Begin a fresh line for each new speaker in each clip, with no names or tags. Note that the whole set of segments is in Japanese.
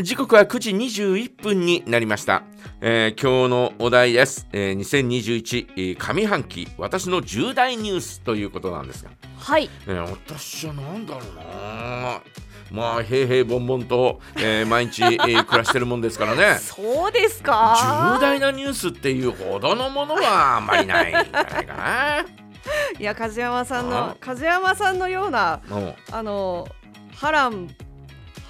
時刻は9時21分になりました、えー、今日のお題です、えー、2021上半期私の重大ニュースということなんですが
はい、
えー、私は何だろうなまあ平平凡々と、えー、毎日、えー、暮らしてるもんですからね
そうですか
重大なニュースっていうほどのものはあんまりないんじゃないかな
いや梶山さんの梶山さんのような あの波乱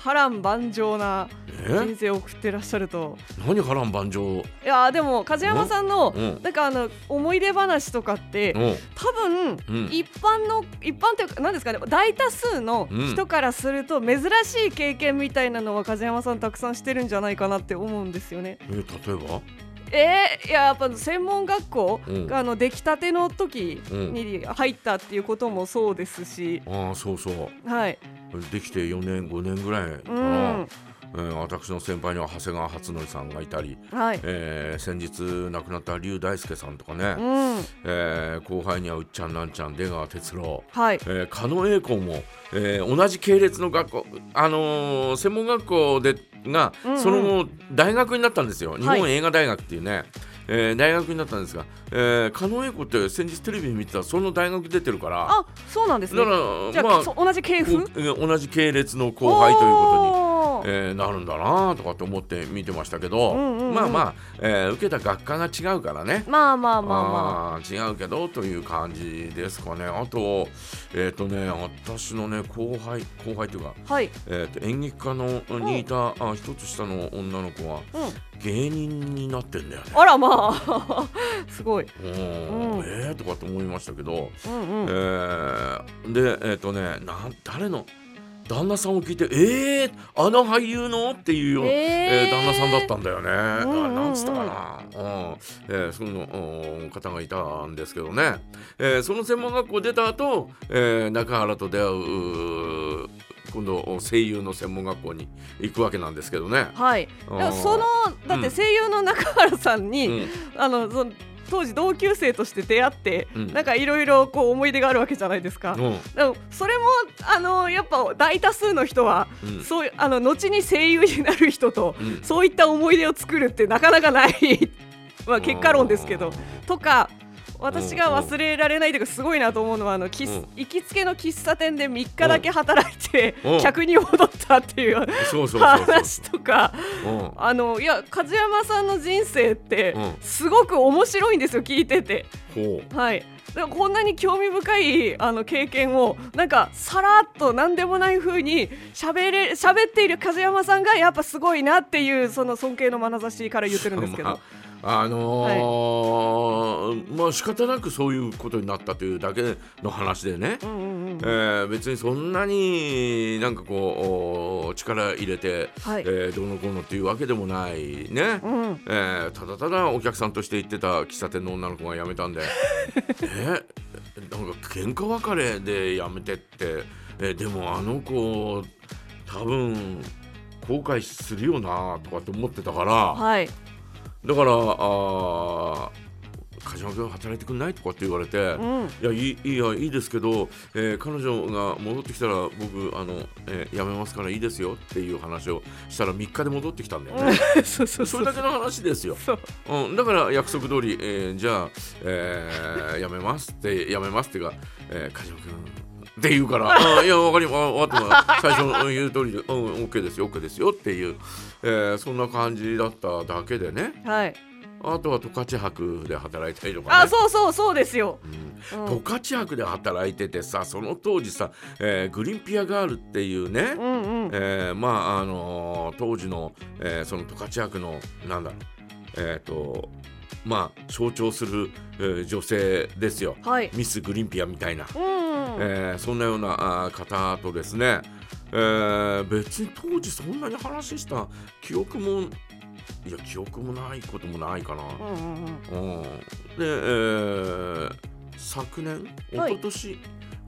波乱万丈な人生を送ってらっしゃると
何波乱万丈
いやでも梶山さんのなんかあの思い出話とかって多分一般の一般というか何ですかね大多数の人からすると珍しい経験みたいなのは梶山さんたくさんしてるんじゃないかなって思うんですよね。
え例えば
えー、いややっぱ専門学校が、あの出来たての時に入ったっていうこともそうですし、
うん、あそうそう
はい
できて4年5年ぐらいかな、うんえー、私の先輩には長谷川初則さんがいたり、
はい、
えー、先日亡くなった龍大輔さんとかね、
うん、
えー、後輩にはうっちゃんなんちゃん出川哲朗、
はい
えー、狩野英孝も、えー、同じ系列の学校、あのー、専門学校でが、うんうん、その後大学になったんですよ日本映画大学っていうね。はいえー、大学になったんですが、えー、加納英子って先日テレビ見てたその大学出てるから
あそうなんですね
だから
じゃあ、まあ、同じ系譜
同じ系列の後輩ということに、えー、なるんだなとかって思って見てましたけど、
うんうんうん、
まあまあ、えー、受けた学科が違うからね
まあまあまあま
あ違うけどという感じですかねあとえっ、ー、とね私のね後輩後輩というか、
はい
えーと、と演劇科のにいた、うん、あ一つ下の女の子は、うん、芸人になってんだよね
あらまあ すごい。
うん、えー、とかって思いましたけど、
うんう
え
ん、
ー、でえっ、ー、とねなん誰の旦那さんを聞いて「えー、あの俳優の?」っていうような、えー、えー、旦那さんだったんだよね。うんうん、なんつったかな、うんえー、その方がいたんですけどね、えー、その専門学校出た後、えー、中原と出会う今度声優の専門学校に行くわけなんですけどね。
はい。でもそのだって声優の中原さんに、うん、あのその当時同級生として出会って、うん、なんかいろいろこう思い出があるわけじゃないですか。うん、でもそれもあのやっぱ大多数の人は、うん、そうあの後に声優になる人と、そういった思い出を作るってなかなかないまあ 結果論ですけどとか。私が忘れられないというかすごいなと思うのはあの、うん、行きつけの喫茶店で3日だけ働いて客に戻ったっていう話とかあのいや梶山さんの人生ってすごく面白いんですよ聞いてて。はい、でもこんなに興味深いあの経験をなんかさらっと何でもない風に喋れ喋っている梶山さんがやっぱすごいなっていうその尊敬の眼差しから言ってるんですけど。
あのーはい、まあ仕方なくそういうことになったというだけの話でね、
うんうんうん、え
ー、別にそんなになんかこう力入れて、
はい、
えー、どうのこうのっていうわけでもないね、
うん、
えー、ただただお客さんとして行ってた喫茶店の女の子が辞めた んでえなんか喧嘩別れで辞めてって、えでもあの子多分後悔するよなとかって思ってたから。
はい
だからあ梶山君働いてくんないとかって言われて、
うん、
いやいいいやいいですけど、えー、彼女が戻ってきたら僕あの、えー、辞めますからいいですよっていう話をしたら3日で戻ってきたんだよね
そうそ う
それだけの話ですよう、うん、だから約束通り、えー、じゃあ、えー、辞めますって辞めますってか、えー、梶山君って言うから「 あいや分かりま分かった最初の言う通りで「うん OK ですよ OK ですよ」っていう、えー、そんな感じだっただけでね、
はい、
あとは十勝博で働いたりとか、ね、
あそうそうそうですよ、
うん、うん、十勝博で働いててさその当時さ、えー、グリンピアガールっていうね、
うんうん、
えー、まああの当時の、えその十勝博のなんだろうえっ、とまあ象徴する、え女性ですよ、
はい、
ミス・グリンピアみたいな。
うん
えー、そんなような方とですね、えー、別に当時そんなに話した記憶もいや記憶もないこともないかな。
うん、うんうん、で、
えー、昨年一昨年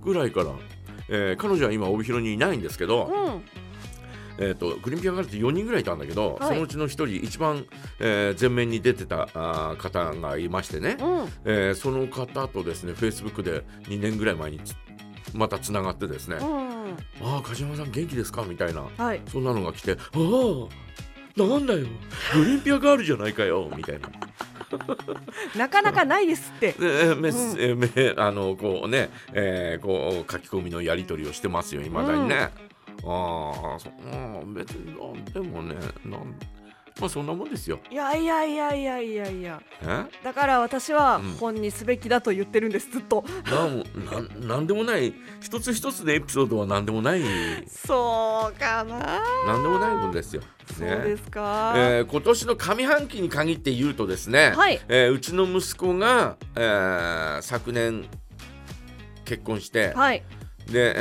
ぐらいから、はい、え彼女は今帯広にいないんですけど。
うん
えーと、とグリーンピアガールって4人ぐらいいたんだけど、
はい、
そのうちの1人一番、えー、前面に出てたあ方がいましてね、
うん、
えー、その方とですねフェイスブックで2年ぐらい前にまたつながってですね、
うん
ああ梶山さん元気ですか?」みたいな、
はい
そんなのが来て「ああなんだよグリンピアガールじゃないかよ」みたいな。
なかなかないですって。
でえーメッセえーめあのこうね、えーこう書き込みのやり取りをしてますよいまだにね。ああそうん別になんでもねなんまあそんなもんですよ。
いやいやいやいやいやいや。
えな
だから私は
うん
本にすべきだと言ってるんですずっと。
んなんなんでもない一つ一つのエピソードはなんでもない
そうかな。
なんでもないもんですよ。
そうで
ね。
すか。
えー今年の上半期に限って言うとですね、
はい
えーうちの息子が、えー昨年結婚して、
はい。
で、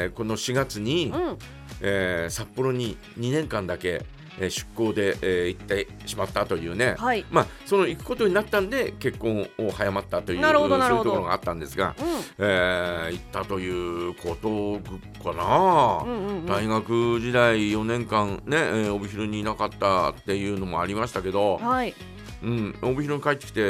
えーこの4月に、
うん。
えー札幌に2年間だけ、えー出向で、えー行ってしまったというね、
はい。
まあ、その行くことになったんで結婚を早まったという
なるほど
うん
なる
そういうと
ほど
ころがあったんですが、
う
えー行ったということかな。
ん。うんうんうん。
大学時代4年間ね、えー帯広にいなかったっていうのもありましたけど、
はい。
うん、帯広に帰ってきて、え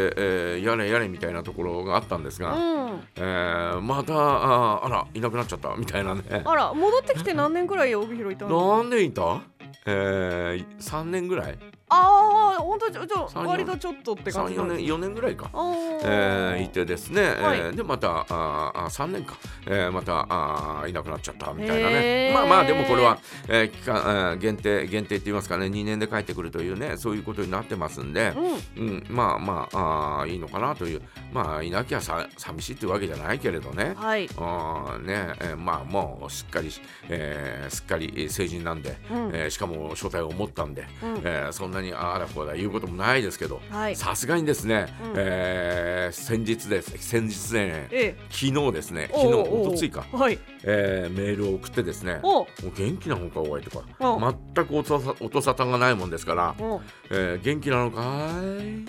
ーやれやれみたいなところがあったんです
う
が、
ん。
えーまたあーあらいなくなっちゃったみたいなね。
あら戻ってきて何年くらい帯広いたの？
何年いたえー、3年ぐらい
ああ本当ちょちょ
三四
割とちょっとって感じな
34
んです
年。4年ぐらいか、
あー
えー、いてですね、
はい
えーでまたあーあ3年か、えー、またあーいなくなっちゃったみたいな
へ
ね
ー
まあまあでもこれは、えー期間えー限定限定って言いますかね2年で帰ってくるというねそういうことになってますんで。
うん。
うん、まあまああーいいのかなというまあいなきゃさ寂しいってわけじゃないけれどね、
はい。
あーねえーまあもうしっかりし、えーすっかりえー成人なんで、
うん
えーしかも正体を持ったんで、
うん
えーそんなにああだこうだ言うこともないですけど
はい
さすがにですね、
うん
えー先日です先日ね
ええ。
昨日ですね
お
昨日
う
お
う
とついか、
はい。
えーメールを送ってですね
おう
お元気なのかおいとか
おう
全く音さ音沙汰がないもんですから、
おう。
えー元気なのかーい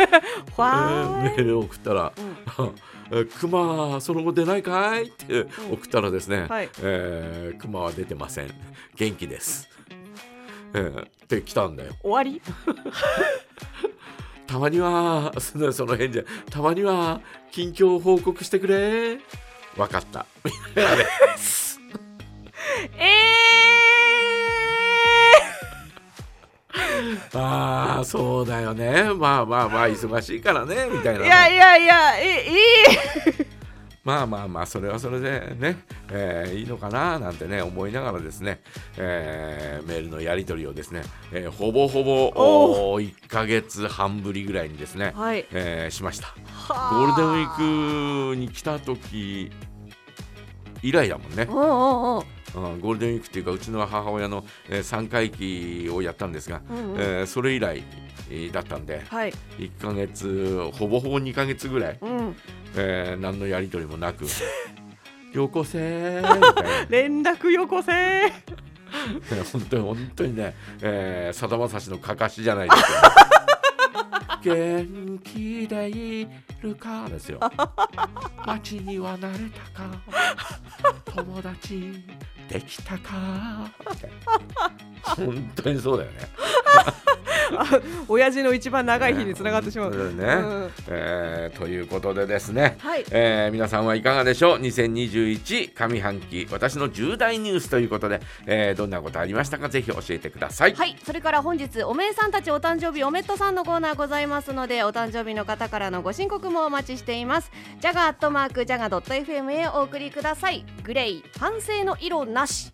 わ
えーメ
ーい。
ールを送ったら
うん
「えークマその後出ないかい?」って送ったらですね
はい
「えークマは出てません元気です」えーって来たんだよ。
終わり。
たまには そのその返事たまには近況を報告してくれわかった
え
ああそうだよねまあまあまあ忙しいからねみたい
え
なね、
いやいやいやえいい
まあまあまあそれはそれでね、えーいいのかななんてね思いながらですね、えーメールのやり取りをですね、えーほぼほぼお1ヶ月半ぶりぐらいにですね、
はい
えーしましたゴー
ゴ
ルデンウィークに来た時以来だもんね
うんうんうん
うんゴールデンウィークっていうかうちの母親の、えー三回忌をやったんですが、
うんうん
えーそれ以来えーだったんで
はい
1ヶ月ほぼほぼ2ヶ月ぐらい、
うん
えー何のやり取りもな く「よこせー」みたいな
連絡よこせ
え ー本当に本当にねえーさだまさしのかかしじゃないですよ。元気でいるかですよ。街には慣れたか、友達できたか。本当にそうだよね。
親父の一番長い日につながってしま
ね本
う
当だよね
うん
えーということでですね、
はい
えー皆さんはいかがでしょう2021上半期私の重大ニュースということで、えーどんなことありましたかぜひ教えてください。
はいそれから本日おめえさんたちお誕生日おめっとさんのコーナーございますのでお誕生日の方からのご申告もお待ちしていますジャガアットマークジャガ .fm へお送りくださいグレイ反省の色なし